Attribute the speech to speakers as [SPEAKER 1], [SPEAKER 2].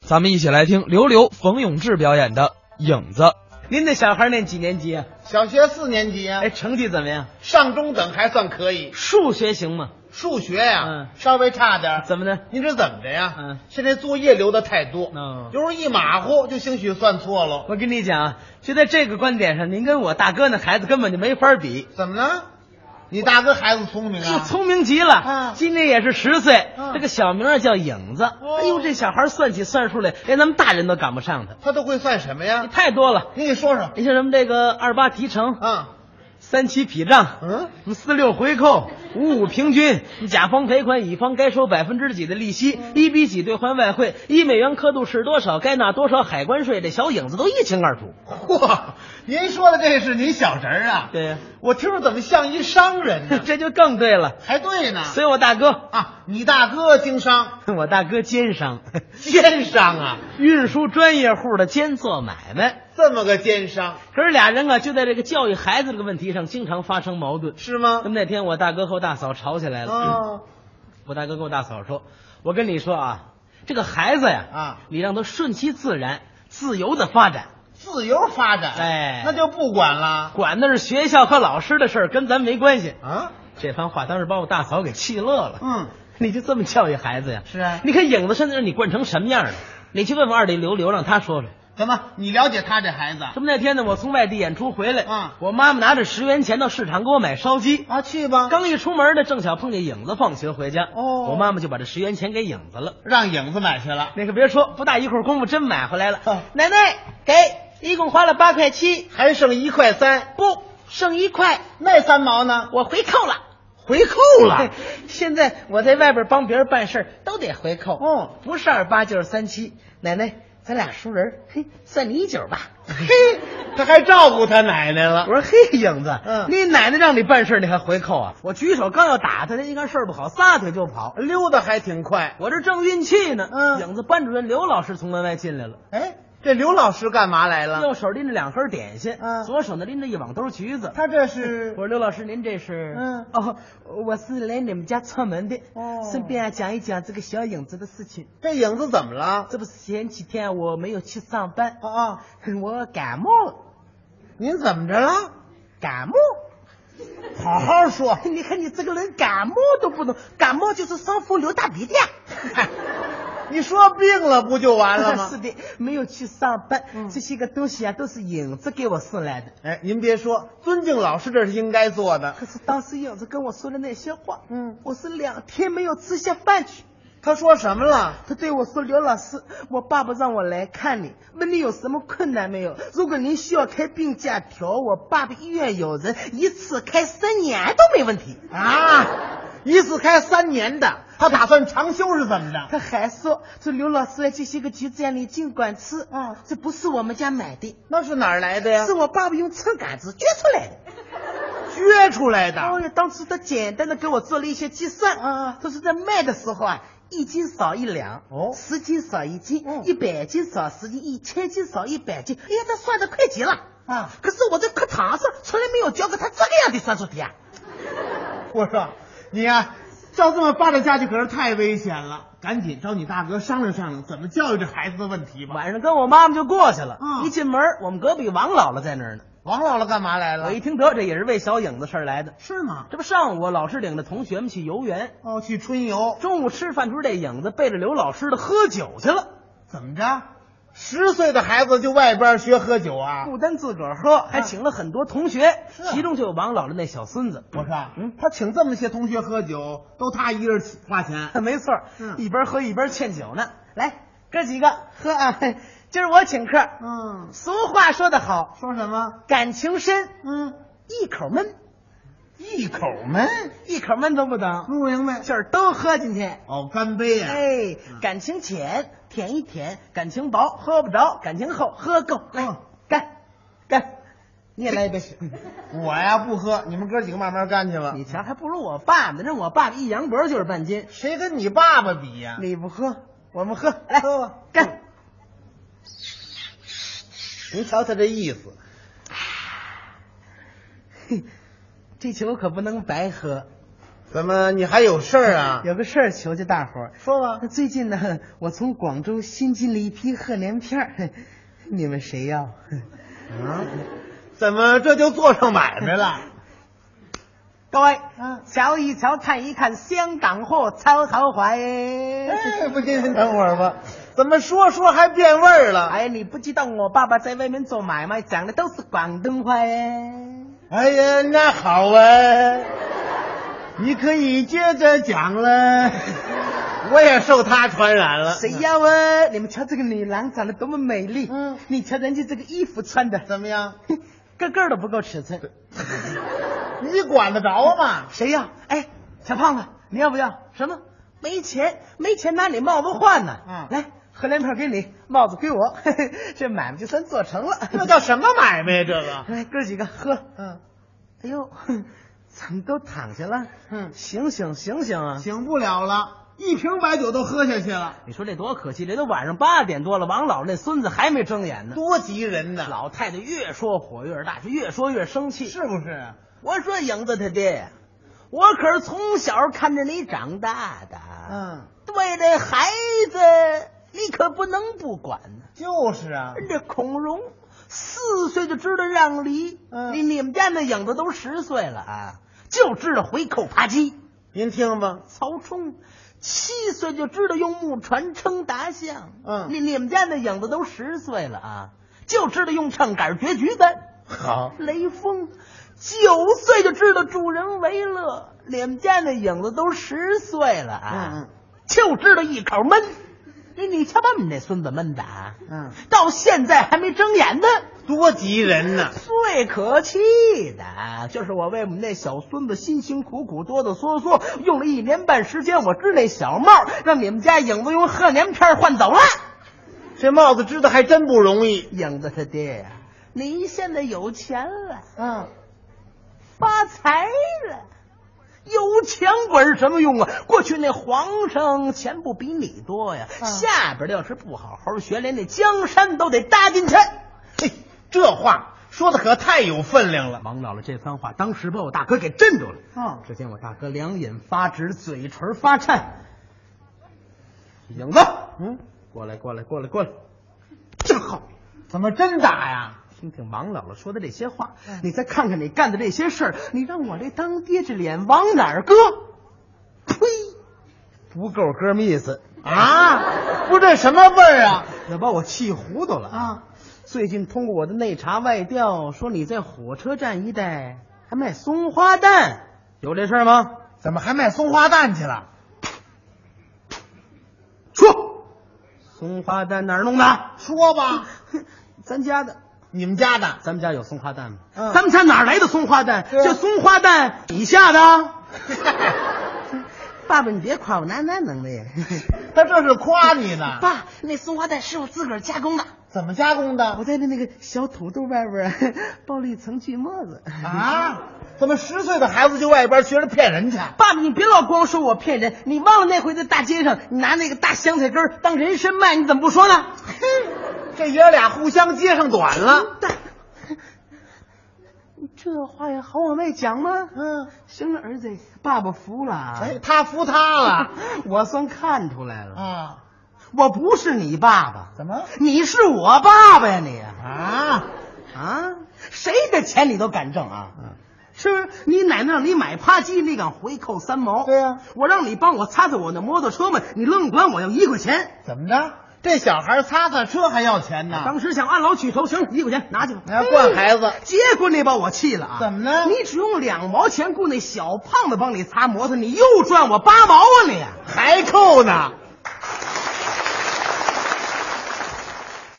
[SPEAKER 1] 咱们一起来听刘流、冯永志表演的《影子》。
[SPEAKER 2] 您那小孩念几年级啊？
[SPEAKER 3] 小学四年级啊，
[SPEAKER 2] 哎，成绩怎么样？
[SPEAKER 3] 上中等还算可以。
[SPEAKER 2] 数学行吗？
[SPEAKER 3] 数学呀、
[SPEAKER 2] 嗯
[SPEAKER 3] 稍微差点儿。
[SPEAKER 2] 怎么的？
[SPEAKER 3] 您这怎么着呀？
[SPEAKER 2] 嗯
[SPEAKER 3] 现在作业留的太多，
[SPEAKER 2] 嗯
[SPEAKER 3] 有时候一马虎就兴许算错了。
[SPEAKER 2] 我跟你讲啊，就在这个观点上，您跟我大哥那孩子根本就没法比，
[SPEAKER 3] 怎么了？你大哥孩子聪明
[SPEAKER 2] 这
[SPEAKER 3] 啊？
[SPEAKER 2] 聪明极了。
[SPEAKER 3] 啊
[SPEAKER 2] 今年也是十岁，
[SPEAKER 3] 嗯
[SPEAKER 2] 这个小名儿叫影子。
[SPEAKER 3] 哦
[SPEAKER 2] 哎呦，这小孩算起算数来，连咱们大人都赶不上他，
[SPEAKER 3] 他都会算什么呀？
[SPEAKER 2] 太多了。
[SPEAKER 3] 你给说说。
[SPEAKER 2] 你像什么这个二八提成、
[SPEAKER 3] 啊，
[SPEAKER 2] 三七劈账，
[SPEAKER 3] 嗯，
[SPEAKER 2] 什么四六回扣、五五平均，甲方赔款，乙方该收百分之几的利息，一比几兑换外汇，一美元刻度是多少，该纳多少海关税，这小影子都一清二楚。
[SPEAKER 3] 嚯，您说的这是您小侄儿啊？
[SPEAKER 2] 对呀
[SPEAKER 3] 我听着怎么像一商人呢？
[SPEAKER 2] 这就更对了。
[SPEAKER 3] 还对呢。
[SPEAKER 2] 所以我大哥，
[SPEAKER 3] 啊，你大哥经商，
[SPEAKER 2] 我大哥奸商，
[SPEAKER 3] 奸商啊，
[SPEAKER 2] 运输专业户的兼做买卖。
[SPEAKER 3] 这么个奸商
[SPEAKER 2] 可是俩人啊，就在这个教育孩子这个问题上，经常发生矛盾。
[SPEAKER 3] 是吗
[SPEAKER 2] 那？么那天我大哥和我大嫂吵起来了。
[SPEAKER 3] 哦，
[SPEAKER 2] 我大哥跟我大嫂说：“我跟你说啊，这个孩子呀，
[SPEAKER 3] 啊
[SPEAKER 2] 你让他顺其自然、自由的发展，
[SPEAKER 3] 自由发展，
[SPEAKER 2] 哎
[SPEAKER 3] 那就不管了
[SPEAKER 2] 管那是学校和老师的事儿，跟咱没关系。
[SPEAKER 3] 啊。”
[SPEAKER 2] 这番话当时把我大嫂给气乐了。
[SPEAKER 3] 嗯，
[SPEAKER 2] 你就这么教育孩子呀？
[SPEAKER 3] 是啊
[SPEAKER 2] 你看影子身子让你惯成什么样了？你去问问二弟刘刘，让他说说。
[SPEAKER 3] 怎么？你了解他这孩子
[SPEAKER 2] 这不那天呢，我从外地演出回来，
[SPEAKER 3] 啊
[SPEAKER 2] 我妈妈拿着十元钱到市场给我买烧鸡。
[SPEAKER 3] 啊？去吧，
[SPEAKER 2] 刚一出门呢，正巧碰见影子放学回家，
[SPEAKER 3] 哦
[SPEAKER 2] 我妈妈就把这十元钱给影子了。
[SPEAKER 3] 让影子买去了。
[SPEAKER 2] 那可别说，不大一会儿功夫真买回来了。
[SPEAKER 3] 啊
[SPEAKER 2] 奶奶给，一共花了八块七，
[SPEAKER 3] 还剩一块三，
[SPEAKER 2] 不剩一块，
[SPEAKER 3] 那三毛呢？
[SPEAKER 2] 我 回扣了。
[SPEAKER 3] 回扣
[SPEAKER 2] 嘿
[SPEAKER 3] 了。
[SPEAKER 2] 现在我在外边帮别人办事儿都得回扣，
[SPEAKER 3] 哦，
[SPEAKER 2] 不是二八就是三七。奶奶，咱俩熟人，嘿，算你一九吧。
[SPEAKER 3] 嘿，他还照顾他奶奶
[SPEAKER 2] 我
[SPEAKER 3] 了。
[SPEAKER 2] 说嘿，影子，
[SPEAKER 3] 嗯
[SPEAKER 2] 你奶奶让你办事儿你还回扣啊？我举手刚要打他，他一看事儿不好，撒腿就跑。
[SPEAKER 3] 溜达还挺快。
[SPEAKER 2] 我这正运气呢，
[SPEAKER 3] 嗯
[SPEAKER 2] 影子班主任刘老师从门外进来了。
[SPEAKER 3] 哎，这刘老师干嘛来了？
[SPEAKER 2] 右手拎着两盒点心，
[SPEAKER 3] 嗯
[SPEAKER 2] 左手呢拎着一网兜橘子。
[SPEAKER 3] 他这
[SPEAKER 2] 我
[SPEAKER 3] 是
[SPEAKER 2] 说刘老师，您这是？
[SPEAKER 3] 嗯
[SPEAKER 2] 哦，我是来你们家串门的。
[SPEAKER 3] 哦
[SPEAKER 2] 顺便啊讲一讲这个小影子的事情。
[SPEAKER 3] 这影子怎么了？
[SPEAKER 2] 这不是前几天啊我没有去上班，
[SPEAKER 3] 啊啊，
[SPEAKER 2] 我感冒了，
[SPEAKER 3] 您怎么着了？
[SPEAKER 2] 感冒。
[SPEAKER 3] 好好说。
[SPEAKER 2] 你看你这个人感冒都不懂，感冒就是伤风流大鼻涕啊。
[SPEAKER 3] 嗨你说病了不就完了
[SPEAKER 2] 是
[SPEAKER 3] 吗？嗯
[SPEAKER 2] 的，没有去上班，这些个东西啊都是影子给我送来的。
[SPEAKER 3] 哎，您别说，尊敬老师这是应该做的。
[SPEAKER 2] 可是当时影子跟我说的那些话，
[SPEAKER 3] 嗯
[SPEAKER 2] 我是两天没有吃下饭去。
[SPEAKER 3] 他说什么了？
[SPEAKER 2] 他对我说：“刘老师，我爸爸让我来看你，问你有什么困难没有？如果您需要开病假条，我爸爸医院有人，一次开三年都没问题。
[SPEAKER 3] 啊，一次开三年的，他打算长休是怎么着？
[SPEAKER 2] 他还说：“说刘老师，这些个橘子呀，你尽管吃，
[SPEAKER 3] 嗯
[SPEAKER 2] 这不是我们家买的，
[SPEAKER 3] 那是哪儿来的呀
[SPEAKER 2] 是？我爸爸用秤杆子撅出来的。”
[SPEAKER 3] 撅出来的。
[SPEAKER 2] 哦呀，当时他简单的给我做了一些计算
[SPEAKER 3] 啊
[SPEAKER 2] 他说在卖的时候啊，一斤少一两，
[SPEAKER 3] 哦
[SPEAKER 2] 十斤少一斤，
[SPEAKER 3] 嗯
[SPEAKER 2] 一百斤少十斤，一千斤少一百斤。哎呀，他算的快极了
[SPEAKER 3] 啊！
[SPEAKER 2] 可是我在课堂上从来没有教过他这个样的算术题啊。
[SPEAKER 3] 我说你呀、照这么发展下去可是太危险了，赶紧找你大哥商量商量，怎么教育这孩子的问题吧。
[SPEAKER 2] 晚上跟我妈妈就过去了，
[SPEAKER 3] 嗯
[SPEAKER 2] 一进门我们隔壁王姥姥在那儿呢。
[SPEAKER 3] 王姥姥干嘛来
[SPEAKER 2] 我
[SPEAKER 3] 了
[SPEAKER 2] 一？听得这也是为小影子事儿来的。
[SPEAKER 3] 是吗？
[SPEAKER 2] 这不上午我老师领着同学们去游园，
[SPEAKER 3] 哦，去春游，
[SPEAKER 2] 中午吃饭时候这影子背着刘老师的喝酒去了。
[SPEAKER 3] 怎么着？十岁的孩子就外边学喝酒啊？
[SPEAKER 2] 不单自个儿喝，还请了很多同学，
[SPEAKER 3] 嗯是啊
[SPEAKER 2] 其中就有王姥姥那小孙子。
[SPEAKER 3] 我说，
[SPEAKER 2] 嗯
[SPEAKER 3] 嗯，他请这么些同学喝酒，都他一人花钱
[SPEAKER 2] 没错儿，
[SPEAKER 3] 嗯
[SPEAKER 2] 一边喝一边劝酒呢。来，哥几个喝啊！嘿今儿我请客。
[SPEAKER 3] 嗯，
[SPEAKER 2] 俗话说得好，
[SPEAKER 3] 说什么？
[SPEAKER 2] 感情深，
[SPEAKER 3] 嗯，
[SPEAKER 2] 一口闷，
[SPEAKER 3] 一口闷，
[SPEAKER 2] 一口闷都不懂，
[SPEAKER 3] 不明白。
[SPEAKER 2] 今儿都喝进去。
[SPEAKER 3] 哦，干杯呀、
[SPEAKER 2] 哎，
[SPEAKER 3] 嗯
[SPEAKER 2] 感情浅舔一舔，感情薄喝不着，感情厚喝够。来
[SPEAKER 3] 嗯，
[SPEAKER 2] 干，干，你也来一杯。
[SPEAKER 3] 我呀不喝，你们哥几个慢慢干去
[SPEAKER 4] 啊
[SPEAKER 3] 了。
[SPEAKER 2] 你
[SPEAKER 4] 嗯
[SPEAKER 2] 瞧，还不如我爸呢。那我爸一扬脖就是半斤。
[SPEAKER 3] 谁跟你爸爸比
[SPEAKER 4] 啊
[SPEAKER 3] 呀、
[SPEAKER 2] 你不喝，我们喝，来
[SPEAKER 3] 喝吧
[SPEAKER 2] 干！
[SPEAKER 3] 您瞧他这意思，
[SPEAKER 2] 这酒可不能白喝，
[SPEAKER 3] 怎么你还有事儿啊？
[SPEAKER 4] 有个事儿求求大伙儿。
[SPEAKER 3] 说吧
[SPEAKER 4] 那。最近呢，我从广州新进了一批贺年片儿，你们谁要？
[SPEAKER 3] 啊？怎么这就做上买卖了？
[SPEAKER 4] 各位
[SPEAKER 3] 嗯
[SPEAKER 4] 瞧一瞧，看一看，香港货超豪华耶！
[SPEAKER 3] 哎，不行，等会儿吧。怎么说说还变味儿了？
[SPEAKER 4] 哎，你不知道我爸爸在外面做买卖，讲的都是广东话耶。
[SPEAKER 3] 哎呀，那好啊，你可以接着讲了。我也受他传染
[SPEAKER 2] 嗯
[SPEAKER 3] 了。
[SPEAKER 4] 谁要啊？你们瞧这个女郎长得多么美丽，
[SPEAKER 3] 嗯
[SPEAKER 4] 你瞧人家这个衣服穿的，
[SPEAKER 3] 怎么样？
[SPEAKER 4] 个个都不够尺寸。
[SPEAKER 3] 你管得着啊吗？
[SPEAKER 4] 谁要？哎，小胖子，你要不要？什么？没钱，没钱拿你帽子换呢。
[SPEAKER 3] 嗯
[SPEAKER 4] 来，贺年票给你，帽子归我， 这买卖就算做成了。
[SPEAKER 3] 这
[SPEAKER 2] 嗯
[SPEAKER 3] 叫什么买卖呀？这个，
[SPEAKER 4] 来，哥几个喝。
[SPEAKER 3] 嗯，
[SPEAKER 4] 哎呦， 怎么都躺下了？
[SPEAKER 3] 嗯
[SPEAKER 4] 醒醒醒醒啊！
[SPEAKER 3] 醒不了了，一瓶白酒都喝下去了，
[SPEAKER 2] 你说这多可惜，这都晚上八点多了，王老那孙子还没睁眼呢。
[SPEAKER 3] 多急人呐！
[SPEAKER 2] 老太太越说火越大，是越说越生气。
[SPEAKER 3] 是啊不是？
[SPEAKER 2] 我说影子他爹呀，我可是从小看着你长大的，
[SPEAKER 3] 嗯，
[SPEAKER 2] 对这孩子你可不能不管呢、
[SPEAKER 3] 就是啊，
[SPEAKER 2] 人家孔融四岁就知道让梨，
[SPEAKER 3] 嗯
[SPEAKER 2] 你你们家那影子都十岁了啊，就知道回扣扒鸡。
[SPEAKER 3] 您听吧，
[SPEAKER 2] 曹冲七岁就知道用木船撑大象，
[SPEAKER 3] 嗯
[SPEAKER 2] 你你们家那影子都十岁了啊，就知道用秤杆撅橘子。
[SPEAKER 3] 好，
[SPEAKER 2] 雷锋九岁就知道助人为乐，你们家那影子都十岁了啊，
[SPEAKER 3] 嗯嗯
[SPEAKER 2] 就知道一口闷。你你瞧把我们那孙子闷的啊，
[SPEAKER 3] 嗯，
[SPEAKER 2] 到现在还没睁眼呢。
[SPEAKER 3] 多急人呐！
[SPEAKER 2] 最可气的啊就是我为我们那小孙子辛辛苦苦、哆哆嗦嗦用了一年半时间，我织那小帽，让你们家影子用贺年片换走了。
[SPEAKER 3] 这帽子织的还真不容易。
[SPEAKER 2] 影子他爹呀、您现在有钱了，
[SPEAKER 3] 嗯，
[SPEAKER 2] 发财了。有钱管是什么用啊？过去那皇上钱不比你多呀，下边儿要是不好好学，连那江山都得搭进去。
[SPEAKER 3] 嘿，这话说的可太有分量了。
[SPEAKER 2] 王姥姥这番话，当时把我大哥给震住了。
[SPEAKER 3] 嗯，
[SPEAKER 2] 只见我大哥两眼发直，嘴唇发颤。影子，
[SPEAKER 3] 嗯，
[SPEAKER 2] 过来，过来，过来，过来，正好。
[SPEAKER 3] 怎么真打呀？
[SPEAKER 2] 听听王姥姥说的这些话，
[SPEAKER 3] 嗯
[SPEAKER 2] 你再看看你干的这些事儿，你让我这当爹这脸往哪儿搁？呸！
[SPEAKER 3] 不够哥们意思啊！不是这什么味儿啊？
[SPEAKER 2] 要把我气糊涂了
[SPEAKER 3] 啊！
[SPEAKER 2] 最近通过我的内查外调，说你在火车站一带还卖松花蛋，有这事儿吗？
[SPEAKER 3] 怎么还卖松花蛋去了？
[SPEAKER 2] 说，松花蛋哪儿弄的？
[SPEAKER 3] 说吧，
[SPEAKER 2] 咱家的，
[SPEAKER 3] 你们家的
[SPEAKER 2] 咱们家有松花蛋吗？
[SPEAKER 3] 嗯
[SPEAKER 2] 咱们家哪儿来的松花蛋？
[SPEAKER 3] 对啊
[SPEAKER 2] 这松花蛋你 下的？爸爸，你别夸我，哪哪能 的呀？
[SPEAKER 3] 他这是夸你呢。
[SPEAKER 4] 爸，那松花蛋是我自个儿加工的，
[SPEAKER 3] 怎么加工的
[SPEAKER 4] 我？在那那个小土豆外边儿包了一层锯末子。
[SPEAKER 3] 啊？怎么十岁的孩子就外边学着骗人去？
[SPEAKER 4] 爸爸，你别老光说我骗人，你忘了那回在大街上，你拿那个大香菜根儿当人参卖，你怎么不说呢？
[SPEAKER 3] 这爷俩互相接上短了。
[SPEAKER 4] 这话也好往外讲吗？
[SPEAKER 3] 嗯，
[SPEAKER 4] 行了，儿子，爸爸服了啊。
[SPEAKER 3] 哎，他服他了
[SPEAKER 4] 我算看出来了，
[SPEAKER 3] 啊？
[SPEAKER 4] 我不是你爸爸，
[SPEAKER 3] 怎么
[SPEAKER 4] 你是我爸爸呀你
[SPEAKER 3] 啊？
[SPEAKER 4] 啊！谁的钱你都敢挣啊？
[SPEAKER 3] 嗯
[SPEAKER 4] 是不是？你奶奶让你买扒鸡，你敢回扣三毛？
[SPEAKER 3] 对呀
[SPEAKER 4] 我让你帮我擦擦我那摩托车嘛，你愣管我要一块钱。
[SPEAKER 3] 怎么着？这小孩擦擦车还要钱呢？
[SPEAKER 4] 当时想按劳取头，行，一块钱拿去吧。嗯
[SPEAKER 3] 你还啊惯孩子？
[SPEAKER 4] 结果你把我气了啊！
[SPEAKER 3] 怎么呢
[SPEAKER 4] 你只用两毛钱雇那小胖子帮你擦摩托，你又赚我八毛啊你！
[SPEAKER 3] 还扣呢？